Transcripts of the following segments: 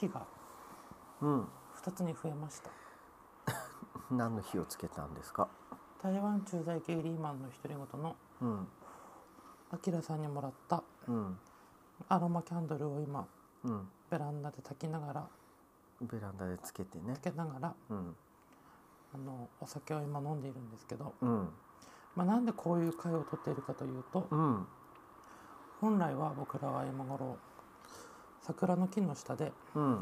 火がうん2つに増えました何の火をつけたんですか台湾駐在系リーマンの独り言のうんアキラさんにもらったうんアロマキャンドルを今うんベランダで炊きながらベランダでつけてね炊けながらうんあのお酒を今飲んでいるんですけど、うんまあ、なんでこういう会をとっているかというとうん本来は僕らは今頃桜の木の下でうん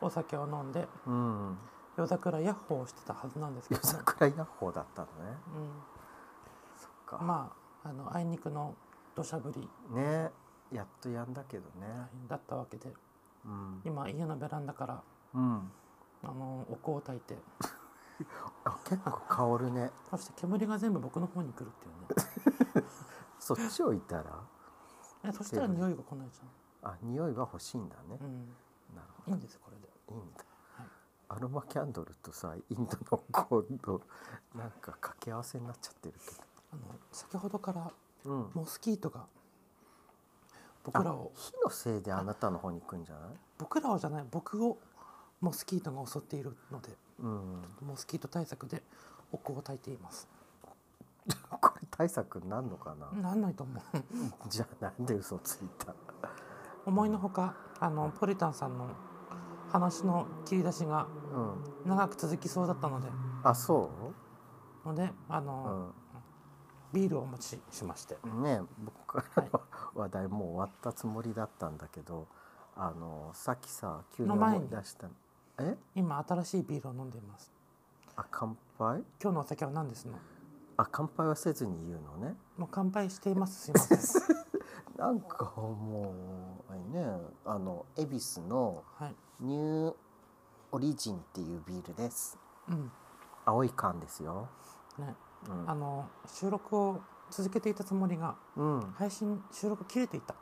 お酒を飲んでうん夜桜ヤッホーをしてたはずなんですけど、ね桜ヤッホーだったのねそっか、うん、まああのあいにくの土砂降りねやっとやんだけどねだったわけでうん今家のベランダからうんあのお香を炊いてあ結構香るねそして煙が全部僕の方に来るっていうねそっちをいたらえそしたら匂いが来ないじゃあ匂いは欲しいんだねん、うん、なるいいんですこれでほどいいんだはいアロマキャンドルとさインドのコードなんか掛け合わせになっちゃってるけあの先ほどからど、うん、モスキートが僕らをあ火のせいであなたの方に行くんじゃない僕らをじゃない僕をモスキートが襲っているのでうんモスキート対策でお香を炊いていますこれ対策になんのかな、なんないと思う じゃあなんで嘘ついた思いのほかあのポリタンさんの話の切り出しがうん長く続きそうだったのであそのであう、の、うビールをお持ちしましてん、ね僕からの話題もう終わったつもりだったんだけどあのさっきさ急に思い出したえ今新しいビールを飲んでいますあ乾杯今日のお酒は何ですのあ乾杯はせずに言うのねもう乾杯していますすいません なんかもうあれねあの恵比寿のはいニューオリジンっていうビールですうん青い缶ですよ、ねうあんの収録を続けていたつもりがうん、配信収録切れていた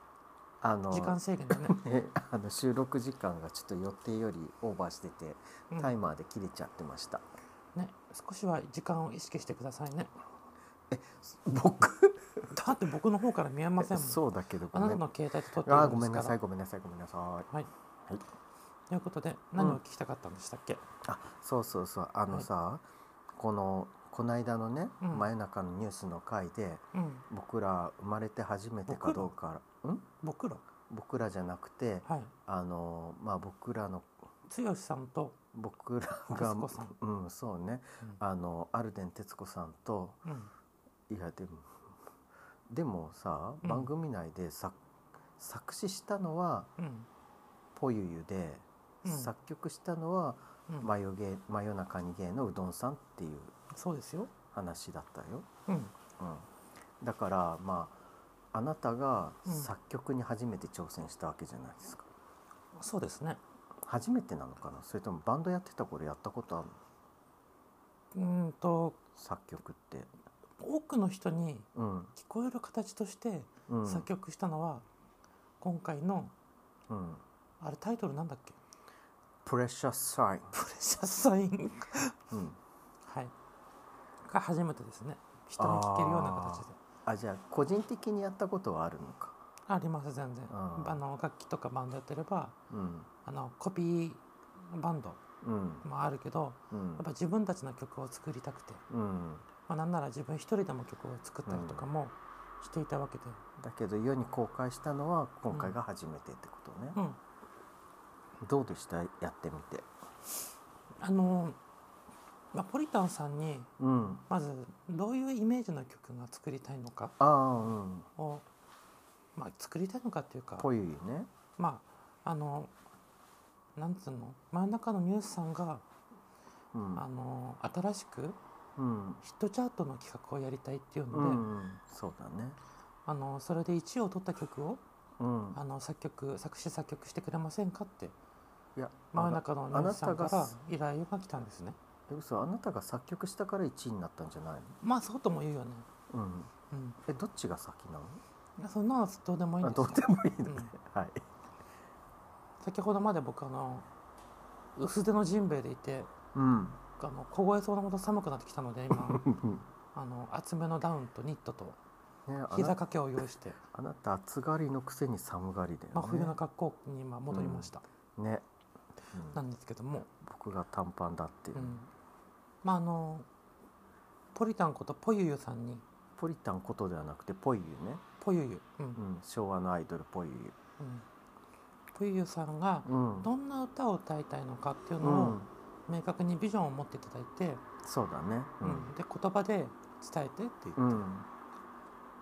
あの時間制限でね、ね、 あの収録時間がちょっと予定よりオーバーしててうんタイマーで切れちゃって ました、ね少しは時間を意識してくださいね僕だって僕の方から見えませんもん そうだけどあなたの携帯で撮っていあるーごんですめんかなさいらごめんなさいごめんなさいはいはいということで何を聞きたかったんでしたっけ、あそうそうそうあのさ、このこの間のね、うん真夜中のニュースの回でうん、僕ら生まれて初めてかどうかうん僕ら僕らじゃなくてはいあのまあ僕らの剛さんと僕らが徹子さんうんそうね、うあのアルデン徹子さんとうんいやでもでもさうん番組内で作,、作詞したのはうんぽゆゆで、うん作曲したのはうん真夜芸真夜中に芸のうどんさんっていうそうですよ話だったよ、うんうん、だからまああなたがうん作曲に初めて挑戦したわけじゃないですか、そうですね初めてなのかなそれともバンドやってた頃やったことあるのうーんと作曲って多くの人にうん、聞こえる形としてうん、作曲したのは、今回のうん、あれタイトルなんだっけ プレッシャーサイン「プレシャスサイン」うんはいが初めてですね人に聞けるような形であじゃあ個人的にやったことはあるのかあります全然あーあの楽器とかバンドやってればうんあのコピーバンドうんもあるけどうんやっぱ自分たちの曲を作りたくて、うんまあ、なんなら自分一人でも曲を作ったりとかもしていたわけで、だけど世に公開したのは今回が初めてってことね、うん、どうでしたやってみてあの、まあ、ポリタンさんにうんまずどういうイメージの曲が作りたいのかああうんを、まあ、作りたいのかっていうかぽいねまああのなんつうの真ん中のニュースさんが、うんあの新しくうんヒットチャートの企画をやりたいっていうのうで、んそうだねあのそれで1位を取った曲をうんあの作曲作詞作曲してくれませんかっていや真夜中のニュースさんかあならたが依頼が来たんですね。え嘘あなたが作曲したから1位になったんじゃないまあそうとも言うよね。のうんうんえどっちが先なのいや、そんなのはどうでもいいんあですどうでもいいのね、はい先ほどまで僕あの薄手のジンベエでいてうんあの凍えそうなほど寒くなってきたので今あの厚めのダウンとニットとねあ膝な掛けを用意してあなた暑がりのくせに寒がりだよね真冬の格好に今戻りました、ね、う、なんんですけども、僕が短パンだっていう、うんまああのポリタンことポユユさんにポリタンことではなくてポイユね、ポユユ、うんうん、昭和のアイドルポイユ、うんポユユさんがうんどんな歌を歌いたいのかっていううのをん、明確にビジョンを持っていただいて、そうだねうんで言葉で伝えてって言って、うん、うん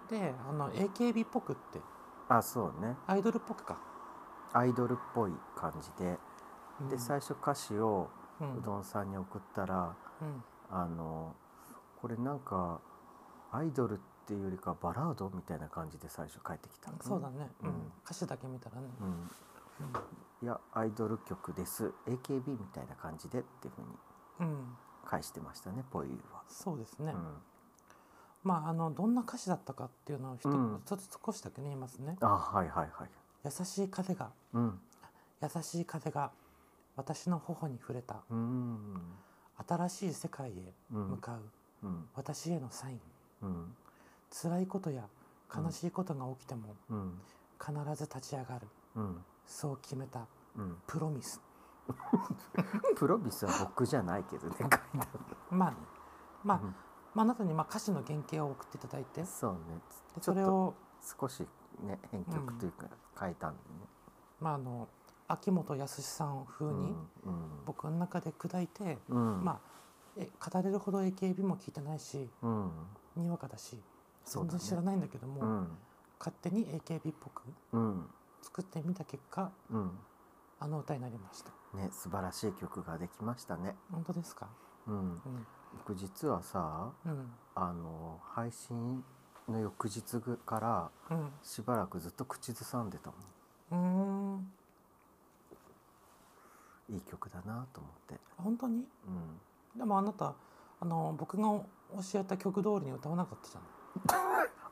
であの AKB っぽくってあそうねアイドルっぽくか、アイドルっぽい感じで、うんで最初歌詞をうんうどんさんに送ったら、うんあのこれなんかアイドルっていうよりかバラードみたいな感じで最初帰ってきたのそうだね、うんうん歌詞だけ見たらね、うんうんいやアイドル曲です AKB みたいな感じでっていうふうにうん返してましたねポイユは。そうですね、うんまああのどんな歌詞だったかっていうのを一つ,、うん一つ少しだけね言いますねあはいはいはい。優しい風がうん優しい風が私の頬に触れたうん新しい世界へうん向かううん私へのサインうん辛いことやうん悲しいことが起きてもうん必ず立ち上がるうんそう決めたうんプロミスプロビスは僕じゃないけどね書いてあるまあねまあうんまああなたにまあ歌詞の原型を送っていただいてでそうねちょそっれとを少しね編曲というか変えたんでね。まああの秋元康さん風にうん僕の中で砕いて、うんまあえ語れるほど AKB も聞いてないしうんにわかだしそう全だね然知らないんだけども、うん勝手に AKB っぽくうん作ってみた結果うんあの歌になりましたね素晴らしい曲ができましたね。本当ですかうんうん僕実はさうんあの配信の翌日ぐからうんしばらくずっと口ずさんでたもうーんんいい曲だなと思って、本当にうん、でもあなたあの僕が教えた曲通りに歌わなかったじ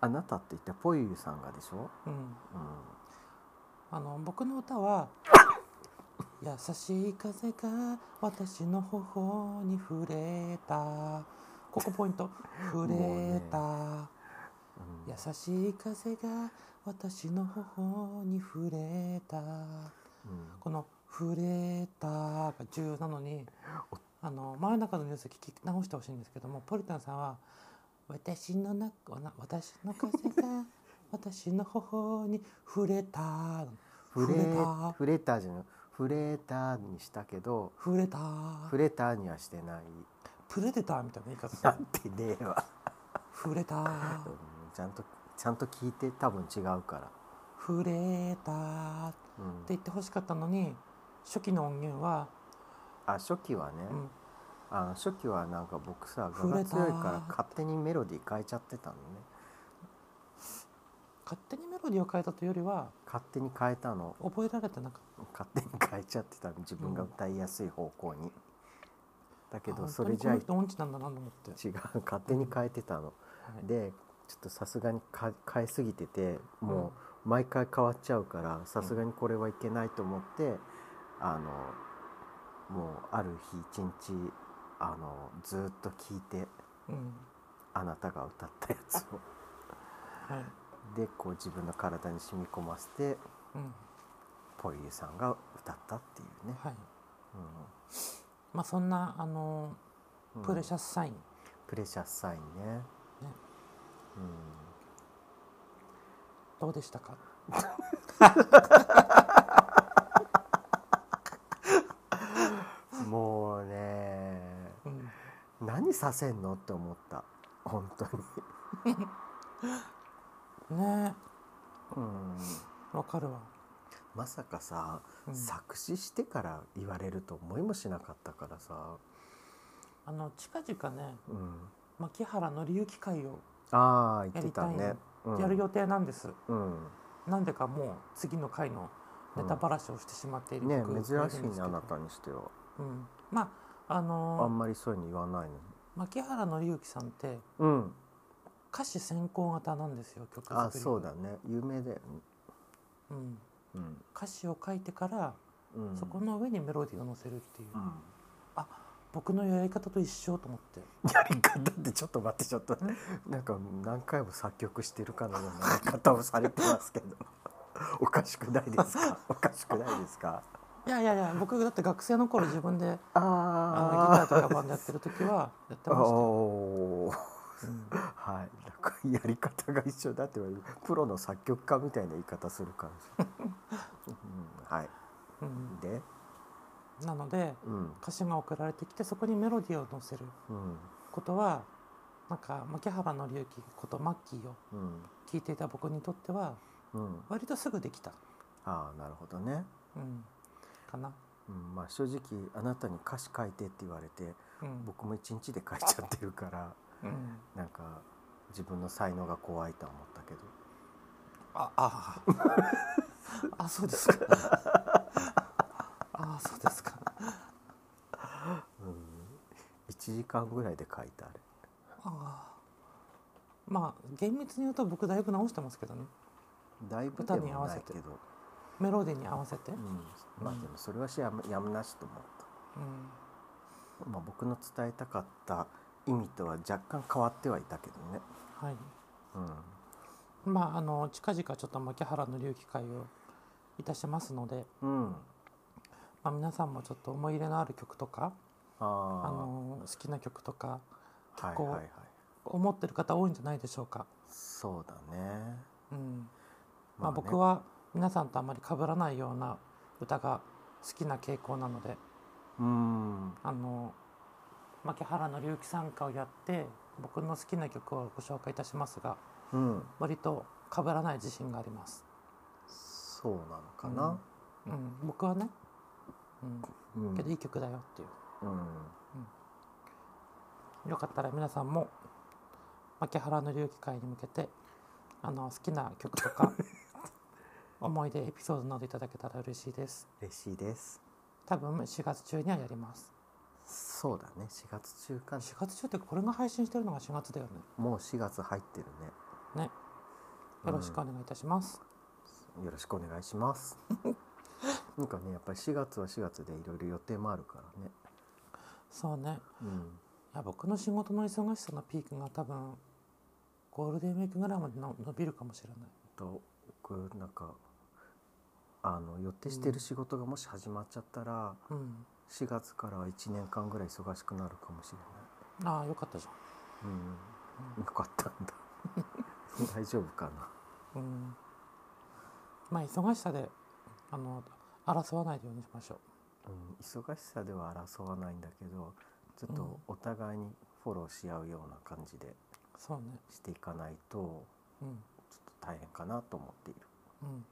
あなたって言ってぽゆゆさんがでしょ、ゃん、うん、うん、あの僕の歌 は優しい風が私の頬に触れたここポイント触れた、うん優しい風が私の頬に触れたうんこの「触れた」が重なのにあの真夜中のニュース聞き直してほしいんですけどもポリタンさんは「私のなな私の風が私の頬に触れた」触れた触れたじゃない触れたにしたけど触れた触れたにはしてないプレデターみたいな言い方すなるんてねえわ、触れたうん、ちゃんとちゃんと聞いて多分違うから、触れたってうん、言ってほしかったのに初期の音源は、あ初期はね、うん、あの初期はなんか僕さ我触がれた強いから勝手にメロディー変えちゃってたのね勝手にメロディーを変えたというよりは勝手に変えたの覚えられてなかっ勝手に変えちゃってたの自分が歌いやすい方向に、だたけどあそれじゃあ本当にこの人音痴なんだなと思って、違う勝手に変えてたの、はいでちょっとさすがにか変えすぎててもう毎回変わっちゃうからさすがにこれはいけないと思って、あのもうある日一日あのずっと聞いてうんあなたが歌ったやつ を。はいでこう自分の体に染み込ませてうんポイユさんが歌ったっていうね、はいうまあ、そんなあのんプレシャャスサイン、プレシャスサインねどうでしたかうん、もうねうん何させんのって思った本当に、ねうん、えわかるわ、まさかさ、うん作詞してから言われると思いもしなかったからさ、あの近々ねうん、牧原紀之会をああ言ってたやねりやる予定なんです、うん、なんでかもう次の回のネタばらしをしてしまっていうん、るね僕珍しなんでいすねけあどなたにしては、うん、まあああんのまりそういうの言わないのに牧原紀之さんってうん歌詞先行型なんですよ曲作りあそうだね有名だよねうん、うん歌詞を書いてから、うんそこの上にメロディーを載せるっていう、うんあ僕のやり方と一緒と思ってやり方ってちょっと待ってちょっとなんか何回も作曲してるかのよ うなやり方をされてますけどおかしくないですかおかしくないですかいやいやいや僕だって学生の頃自分であのギあターとかバンドやってる時はやってあましたよ、おーうんはいなんかやり方が一緒だって言われるプロの作曲家みたいな言い方する感じ、うん、はいうんでなのでうん歌詞が送られてきてそこにメロディーを載せるうんことはなんか牧原紀之ことマッキーをうん聞いていた僕にとってはうん割とすぐできた、ああなるほどね、うん、かな、うん、まあ正直あなたに歌詞書いてって言われてうん僕も一日で書いちゃってるからうん、なんか自分の才能が怖いとは思ったけどあああそうです かあそうですか1時間ぐらいで書いたあれあーまあ厳密に言うと僕だいぶ直してますけどねだいぶで歌に合もわなせいてけど、メロディーに合わせて、ううんん、まあでもそれはしやむやむなしと思った、まあ、僕の伝えたかった意味とは若干変わってはいたけどね、はいうん、まああの近々ちょっと牧原の隆起会をいたしますので、うん、まあ、皆さんもちょっと思い入れのある曲とかあああの好きな曲とかはいこうはいはい思ってる方多いんじゃないでしょうか、そうだねうんまあ、ね僕は皆さんとあまり被らないような歌が好きな傾向なのでうんあの牧原の隆起参加をやって僕の好きな曲をご紹介いたしますがうん割と被らない自信があります、そうなのかな、うん、僕はね、うんううんん、けどいい曲だよっていうよかったら皆さんも牧原の隆起会に向けてあの好きな曲とか思い出エピソードなどいただけたら嬉しいです嬉しいです多分4月中にはやりますそうだね4月中かな4月中ってこれが配信してるのが4月だよもう4月入ってるねねよろしくお願いいたします、ねよろしくお願いします なんかねやっぱり4月は4月でいろいろ予定もあるからねそうねうんいや僕の仕事の忙しさのピークが多分ゴールデンウィークぐらいまでの伸びるかもしれないと僕なんかあの予定してる仕事がもし始まっちゃったら、うん4月から1年間ぐらい忙しくなるかもしれないああよかったじうん、よかったんだ 大丈夫かなゃんうんまあ忙しさであの争わないようにしましょううん、忙しさでは争わないんだけどちょっとお互いにフォローし合うような感じでそうねしていかないとうんちょっと大変かなと思っている、うん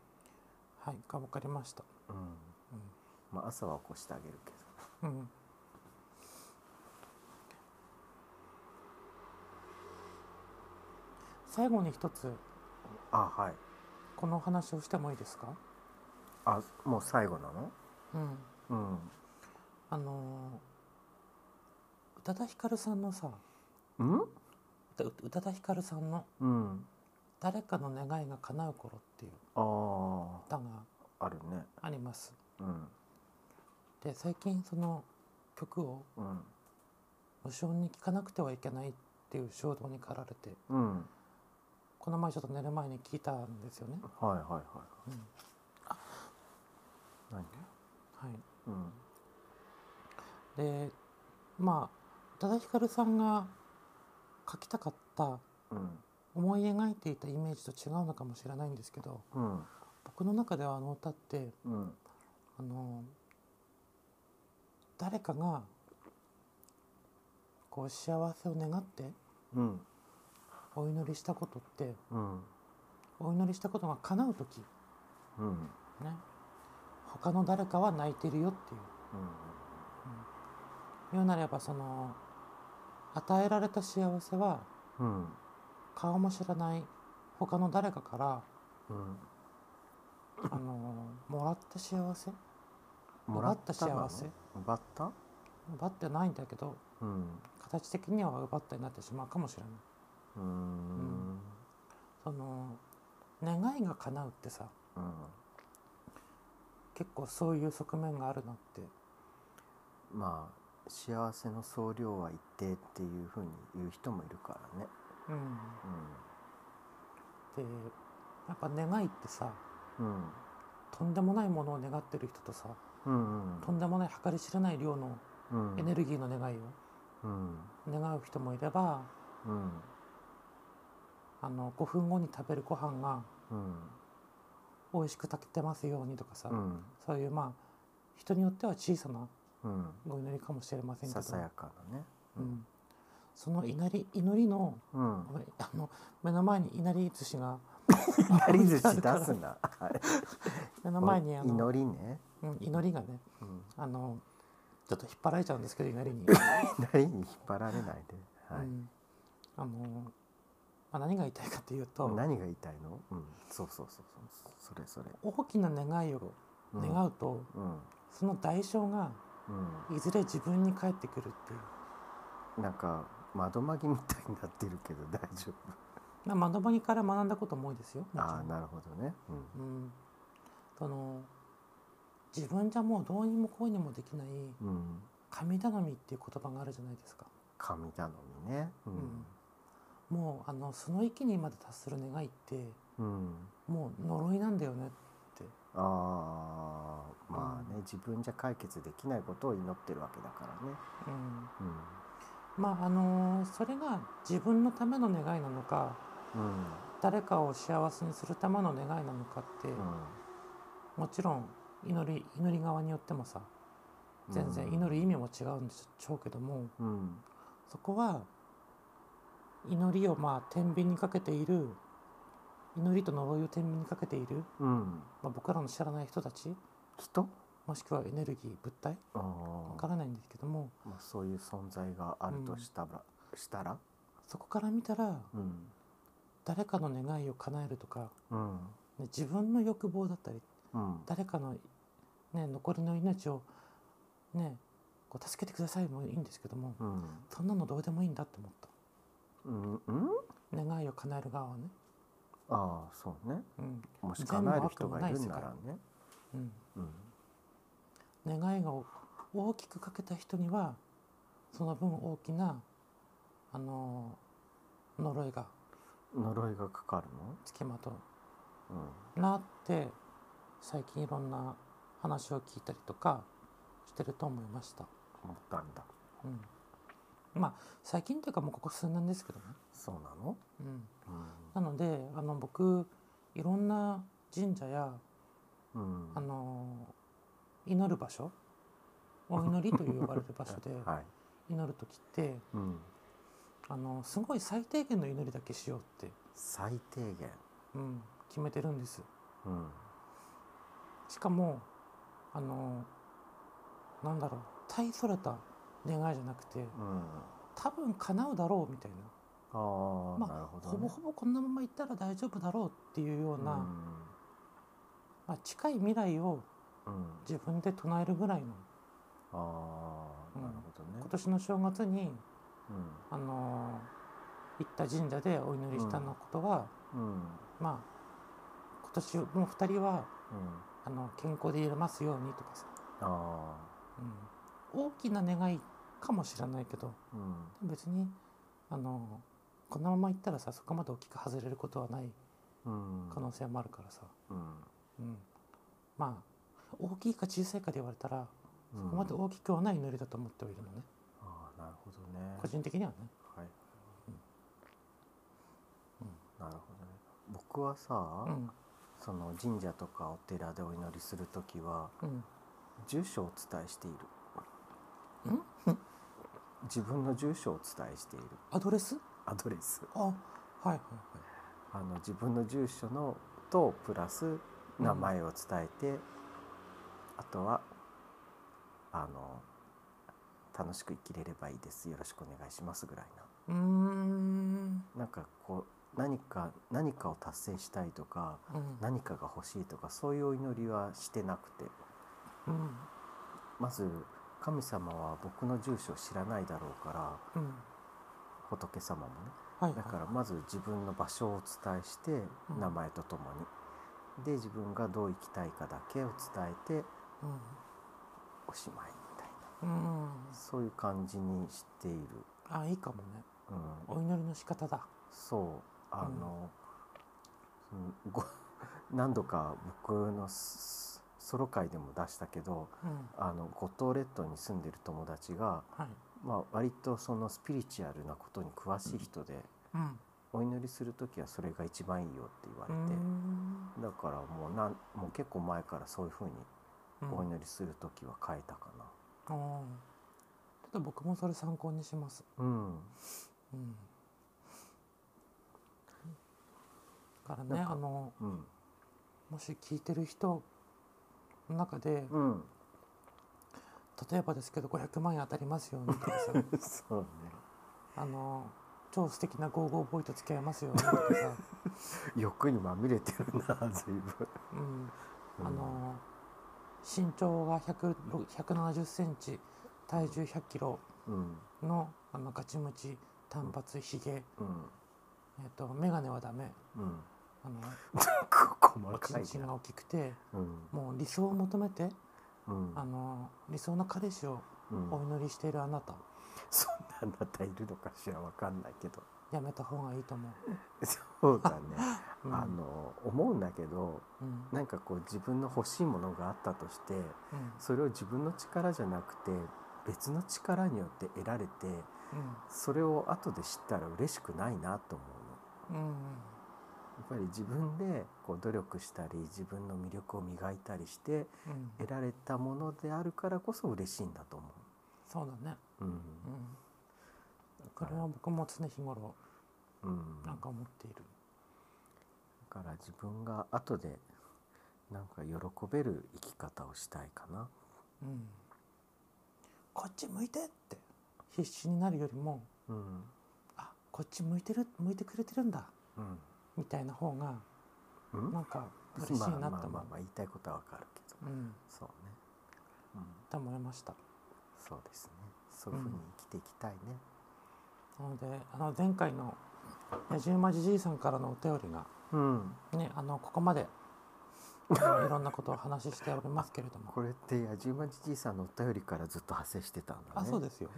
はいが分かりましたうんまあ、朝は起こしてあげるけうん、うん、最後に一つどあはいこのお話をしてもいいですかあもう最後なのうんうんあのー宇多田ヒカルさんのさうんうた宇多田ヒカルさんのうん「誰かの願いが叶う頃」っていうあ歌がああるねありますうんで最近その曲をうん無償に聴かなくてはいけないっていう衝動に駆られてうんこの前ちょっと寝る前に聴いたんですよね、はいはいはうんい何はい、うんでまあ宇多田ヒカルさんが書きたかったうん思い描いていたイメージと違うのかもしれないんですけどうん僕の中ではあの歌ってうんあの誰かがこう幸せを願ってうんお祈りしたことってうんお祈りしたことが叶う時、うんね、他の誰かは泣いてるよっていう言うなればその与えられた幸せはうんうん顔も知らない他の誰かから、うんあのもらった幸せもらったなの奪った幸せ奪った奪ってないんだけどうん形的には奪ったになってしまうかもしれないうーんその願いが叶うってさうん結構そういう側面があるなってまあ幸せの総量は一定っていうふうに言う人もいるからねうんでやっぱ願いってさうんうんとんでもないものを願ってる人とさうんとんでもない計り知れない量のうんエネルギーの願いをうん願う人もいればうんあの5分後に食べるご飯がうん美味しく炊けてますようにとかさ、うんそういうまあ人によっては小さなうんご祈りかもしれませんけどささやかなねうん、その祈り祈りのうんごめんあの目の前に祈り寿司が祈り寿司出すな目の前にあの、祈りねうん、祈りがねうんあのちょっと引っ張られちゃうんですけど祈りに、祈りに引っ張られないではういんあの、まあ、何が言いたいかというと何が言いたいのうんそうそうそうそうそれそれ大きな願いをうん願うと、うんその代償がうんいずれ自分に返ってくるっていう、なんか窓まぎみたいになってるけど大丈夫まあ、窓辺から学んだことも多いですよもちろんああなるほどねうんうん、その自分じゃもうどうにもこうにもできないうん神頼みっていう言葉があるじゃないですか神頼みねうんもうあのその域にまで達する願いってうんもう呪いなんだよねああまあね、うん自分じゃ解決できないことを祈ってるわけだからね。うんうんまああのそれが自分のための願いなのかうん誰かを幸せにするための願いなのかって、うんもちろん祈り祈り側によってもさ全然うん祈る意味も違うんでしょうけどもうんそこは祈りをまあ天秤にかけている祈りと呪いを天秤にかけている、うんまあ、僕らの知らない人たち人もしくはエネルギー物体あわあからないんですけどもまあそういう存在があるとしたら、したらそこから見たらうん誰かの願いを叶えるとか、うんね、自分の欲望だったりうん誰かの、ね、残りの命を、ね、こう助けてくださいもいいんですけどもうんそんなのどうでもいいんだって思ったうんうん願いを叶える側はね、ああそうねうんもし叶える人がいるならねうん、うん願いを大きくかけた人にはその分大きなあの呪いが呪いがかかるつきまとのうなって最近いろんな話を聞いたりとかしてると思いました、うん思ったんだうん、まあ最近というかもうここ数年ですけどね、そうなのうん、うなのであの僕いろんな神社やんうんあの祈る場所お祈りと呼ばれる場所ではい祈る時ってうんあのすごい最低限の祈りだけしようって、最低限うん、決めてるんですうんしかもあのなんだろう大それた願いじゃなくてうん多分叶うだろうみたいなああ、まあなるほど、ね。ほぼほぼこのままいったら大丈夫だろうっていうような、まあ、近い未来をうん、うん、自分で唱えるぐらいのあうあ、んなるほどね今。年の正月にうあの行った神社でお祈りしたのことは、ん、うん、まあ今年もう2人はうん、あの健康でいれますようにとかさあうん、大きな願いかもしれないけどあ、うん、別にあのこのままいったらさそこまで大きく外れることはないうん、可能性もあるからさ、うん、うん、まあ大きいか小さいかで言われたらそそこまで大きくはない祈りだと思ってはいるのね、ああ、なるほどね。個人的にはね。はい。うんなるほどね。僕はさ、うんその神社とかお寺でお祈りするときはうん住所をお伝えしている。ん 自分の住所をお伝えしているアドレスアドレス。あはいはいはいあの自分の住所のとプラス名前を伝えて、あとはあの楽しく生きれればいいですよろしくお願いしますぐらいうーんななんかこう何か何かを達成したいとかうん何かが欲しいとかそういうお祈りはしてなくてうんまず神様は僕の住所を知らないだろうからうん仏様もねはいはいだからまず自分の場所をお伝えしてうん名前とともにで自分がどう生きたいかだけを伝えておしまいみたいうん、うん、なそういう感じにしている、あいいかもねうん、お祈りの仕方だそうあ の、うんご何度か僕のすソロ会でも出したけどうんあの五島列島に住んでる友達が、はいまあ、割とそのスピリチュアルなことに詳しい人で、うんお祈りする時はそれが一番いいよって言わうれて、んだからもうなんもう結構前からそういうふうにうんお祈りする時は変えたかあーちょっと僕もそれ参考にします。な。うんうん、だからねなんかあのうんもし聞いてる人の中でうん、例えばですけど500万円当たりますようにとか さ そうねあの超素敵なゴーゴーボーイと付き合いますようにとかさ、欲にまみれてるな随分。うん、うんあの身長が100 170センチ体重100キロうんのあのガチムチ短髪ひげ、えうんっと眼鏡はダメうん、 あの細チかいンチンな。が大きくてうんもう理想を求めてうんあの理想の彼氏をうんお祈りしているあなたそんなあなたいるのかしらわかんないけどやめた方がいいと思そうだね、う。うんあの思うんだけどうんなんかこう自分の欲しいものがあったとしてうんそれを自分の力じゃなくて別の力によって得られてそれを後で知ったら嬉しくないなと思うの。うんやっぱり自分でこう努力したり自分の魅力を磨いたりしてうん得られたものであるからこそ嬉しいんだと思そうだね。う。うんうんだこかられは僕も常日頃うんなんか思っている。だから自分が後でなんか喜べる生き方をしたいかな。うんこっち向いてって必死になるよりもうん、あこっち向いてる向いてくれてるんだうん、みたいな方がうん、なんか嬉しいまあまなあっまてあ思まうあ。言いたいことはわかるけど、うんそうね。うん、と思いました。そうですね。そういうふうに生きていきたいね。なのであの前回のやじ馬じじいさんからのお便りがうん、ね、あのここまであのい ろんなことをお話ししておりますけれども、これってやじ馬じじいさんのお便りからずっと派生してたんだね。あそうですよ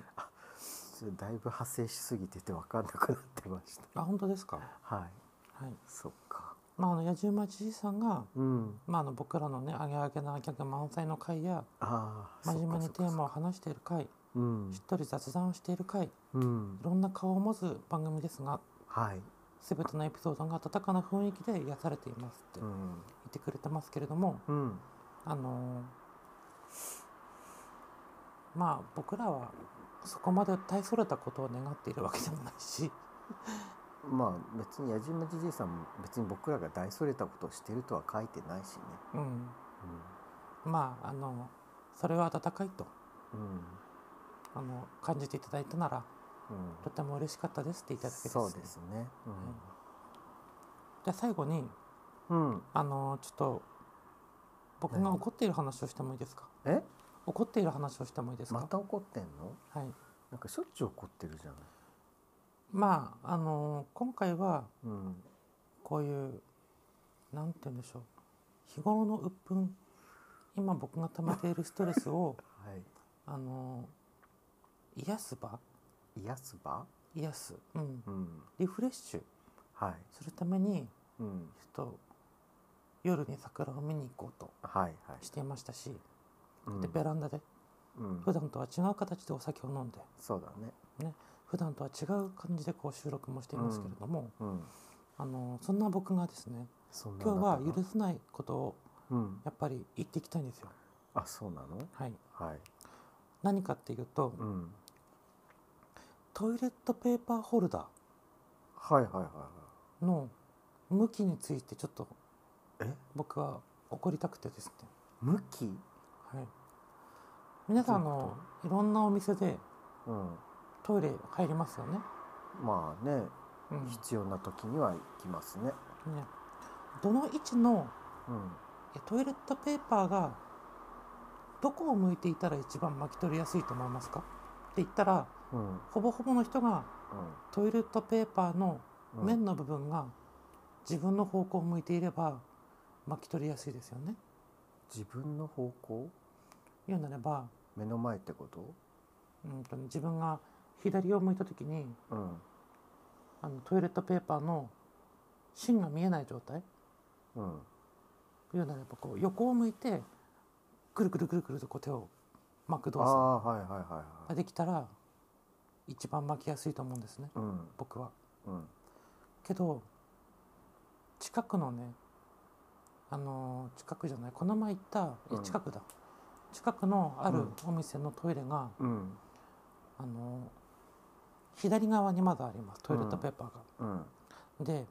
す。だいぶ派生しすぎててわかんなくなってました。あ本当ですかはい、はいそっか。まああの野獣馬じじいさんが、うん、まあ、あの僕らのねあげあげなギャグ満載の回やああ、真面目にそっテかそっかーマを話している回うんしっ、とり雑談をしている回いうん、ろんな顔を持つ番組ですがはい、全てのエピソードが温かな雰囲気で癒されていますってう言ん、ってくれてますけれども、うん、あのーまあ僕らはそこまで大それたことを願っているわけでもないし。 まあ別に矢島じじいさんも別に僕らが大それたことをしてるとは書いてないしね。うん、まああのそれは温かいとうん、うん、あの感じていただいたならうん、とても嬉しかったですって言っただけです。そうですね。じゃあ最後にうん、うん、あのちょっと僕が何怒っている話をしてもいいですかえ、怒っている話をしてもいいですか、また怒ってんの？はい、なんかしょっちゅう怒ってるじゃない。まああの今回はうん、こういうなんて言うんでしょう日頃の鬱憤今僕が溜めているストレスを はい。あの癒す場癒す場？癒す、うん、うん、リフレッシュはい、するためにうん、ちょっと夜に桜を見に行こうとはいはい。していましたし、うんでベランダでうん普、段とは違う形でお酒を飲んでそうだね。普段とは違う感じでこう収録もしていますけれども、うん、あのそんな僕がですねそんな今日はあなたが許せないことをうん、やっぱり言っていきたいんですよ。あ、そうなの？はい、はい。何かっていうと、うん、トイレットペーパーホルダはいはいはいはーの向きについてちょっとい。え、僕は怒りたくてですね、向き？はい、皆さんあどういうのいろんなお店でうん。トイレ入りますよね。まあね、うん必要な時には行きますね。ね、どの位置のうん。えトイレットペーパーがどこを向いていたら一番巻き取りやすいと思いますかって言ったらうんうんほぼほぼの人がトイレットペーパーのうん面の部分が自分の方向を向いていれば巻き取りやすいですよね。自分の方向言うなれば、目の前ってことうんとね、自分が左を向いた時にうんあのトイレットペーパーの芯が見えない状態うん言うなればこう横を向いてくるくるくるくるとこう手を巻くあ動作あはいはいはいはがいできたら一番巻きやすいと思うんですねうん僕は。うんけど近くのねあのー近くじゃないこの前行ったえうん近くだ、近くのあうるんお店のトイレが、うんあのー左側にまだありますトイレットペーパーが。うんで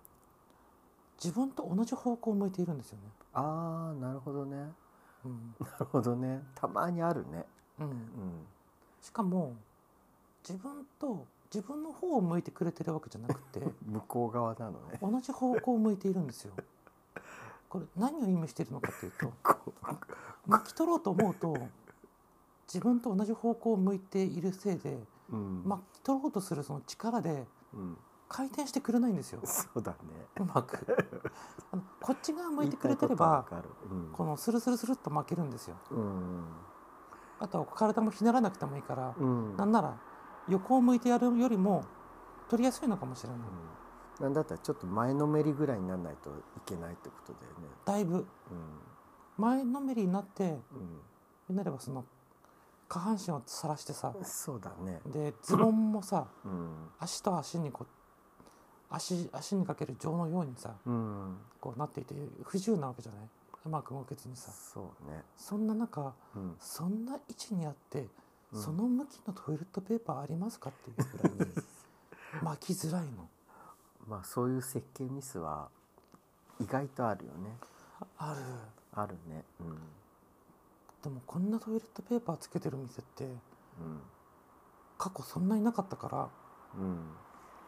自分と同じ方向を向いているんですよね。ああなるほどねうんなるほどねたまにあるねう、うんんしかも自分と自分の方を向いてくれてるわけじゃなく て向こう側なのね同じ方向を向いているんですよ。これ何を意味しているのかというとこ巻き取ろうと思うと自分と同じ方向を向いているせいでううん巻き取ろうとするその力でうん回転してくれないんですよそうだねうまくあのこっち側向いてくれてれ言いばたいことはわこかのスルスルスルっと巻けるんですよるうんあとは体もひならなくてもいいからうんうんなんなら横を向いてやるよりも取りやすいのかもしれないうんなんだったらちょっと前のめりぐらいにならないといけないってことだよねだいぶ前のめりになってうんなればその下半身をさらしてさうんそうだねでズボンもさうん足と足にこう足足にかける錠のようにさうんこうなっていて不自由なわけじゃないうまく動けずにさそうねそんな中うんそんな位置にあって、うんその向きのトイレットペーパーありますかっていうくらいに 巻きづらいのまあそういう設計ミスは意外とあるよねあるあるねうんでもこんなトイレットペーパーつけてる店ってうん過去そんなになかったからうん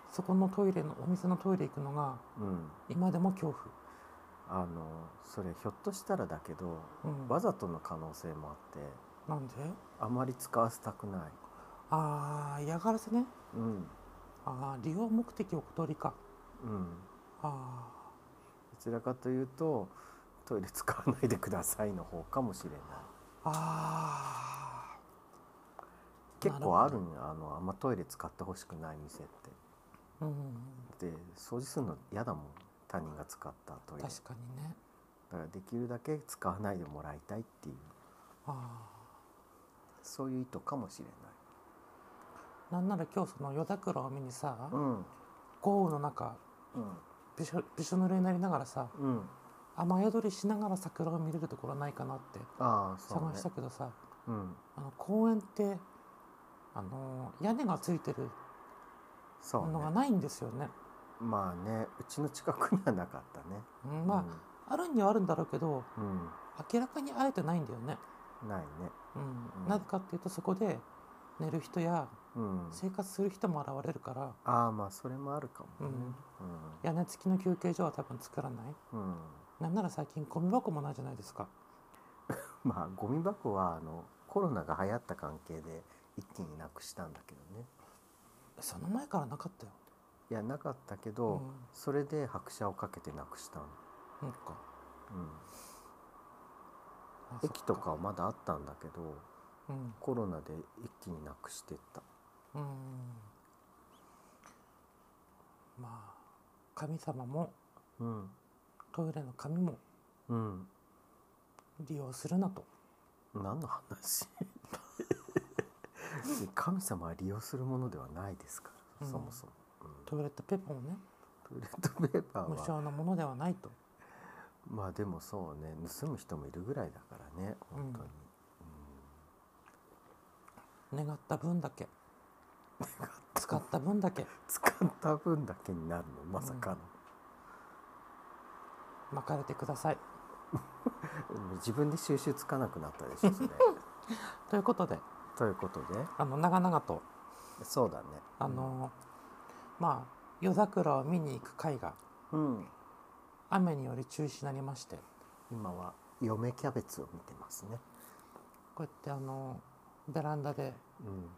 そこのトイレのお店のトイレ行くのがうん今でも恐怖、あのそれひょっとしたらだけどうん、わざとの可能性もあってなんであまり使わせたくない、ああ嫌がらせねうんああ利用目的お断りかうん、あどちらかというとトイレ使わないでくださいの方かもしれないああ結構あなるるんよあのあんまトイレ使ってほしくない店っあうんてで掃除するの嫌だもん他人が使ったトイレだ確かにねからできるだけ使わないでもらいたいっていうあそういう意図かもしれないあなんなら今日その夜桜を見にさ、うん豪雨の中うんびしょびしょ濡れになりながらさうん雨宿りしながら桜を見れるところないかなってああそうね探したけどさ、うんあの公園ってあのー屋根がついてるそうのがねないんですよね。まあねうちの近くにはなかったねうんまあ、あるにはあるんだろうけどうん、明らかに会えてないんだよね。うん、ないねうんうんなぜかっていうとそこで寝る人やうん生活する人も現れるからああまあそれもあるかもね屋根付きの休憩所は多分作らないうん、うんなんなら最近ゴミ箱もないじゃないですかまあゴミ箱はあのコロナが流行った関係で一気になくしたんだけどねその前からなかったよいやなかったけど、うんそれで拍車をかけてなくしたの、なんかうん、あ駅とそっかはまだあったんだけどうんコロナで一気になくしてったうんまあ神様もうんトイレの紙もうん利用するなと何の話 神様は利用するものではないですから、うんそもそも、うんトイレットペーパーもねトイレットペーパー無は償なものではないとまあでもそうね盗む人もいるぐらいだからね本当に、願った分だけうん使った分だけ使った分だけになるのまさかの、巻かれてくださいもう自分で収集つかなくなったでしょそれということで ということであの長々とそうだねあの、まあ夜桜を見に行く会がうん雨により中止になりまして今は嫁キャベツを見てますねこうやってあのベランダでうん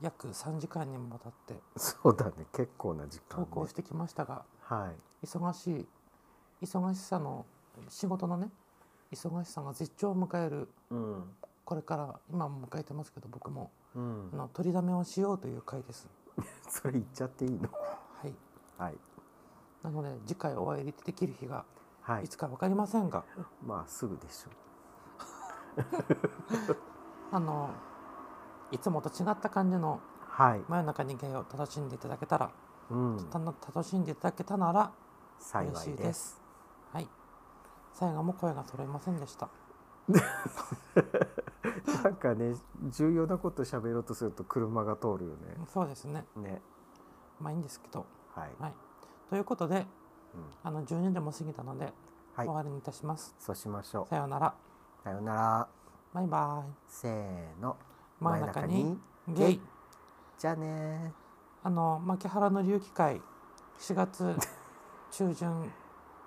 約3時間にもわたってそうだね結構な時間、投ね、稿してきましたが、はい忙しい忙しさの仕事のね忙しさが絶頂を迎えるうんこれから今も迎えてますけど僕もうんあの取りだめをしようという回です。それ言っちゃっていいのはい、はいなので次回お会いできる日がはいいつか分かりませんが、まあすぐでしょあのいつもと違った感じのはい、真夜中に芸を楽しんでいただけたら、うん、たの楽しんでいただけたなら幸い嬉しいでですす。はい。最後も声が取れませんでした。なんかね重要なこと喋ろうとすると車が通るよそうですね。ねねまあいいんですけど。はい、はい。ということで、うんあの12時も過ぎたので、はい終わりにいたします。そうしましょうさようなら。さようならバイバイ。せーの真夜中にゲイ。じゃあねーあの牧原の隆起会4月中旬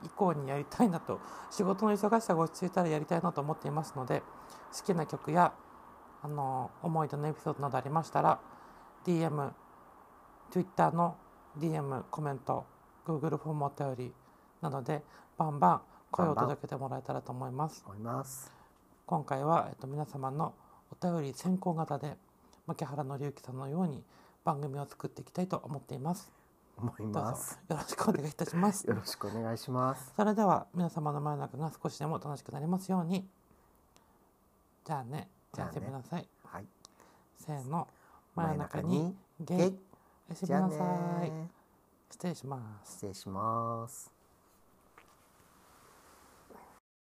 以降にやりたいなと 仕事の忙しさが落ち着いたらやりたいなと思っていますので好きな曲やあの思い出のエピソードなどありましたら DM、Twitter の DM、コメント、Google フォームお便りなどでバンバン声をバンバン届けてもらえたらと思います。思います今回は、えっと、皆様のお便り先行型で牧原の隆起さんのように番組を作っていきたいと思っています。思どいうぞますよろしくお願いいたします。よろしくお願いしますそれでは皆様の真夜中が少しでも楽しくなりますように。じゃあね、じゃあおやじすゃみあねなさい。はいせーの、真夜中にゲイ。ゲおイやすみじゃあなねさい。ー失礼します。失礼します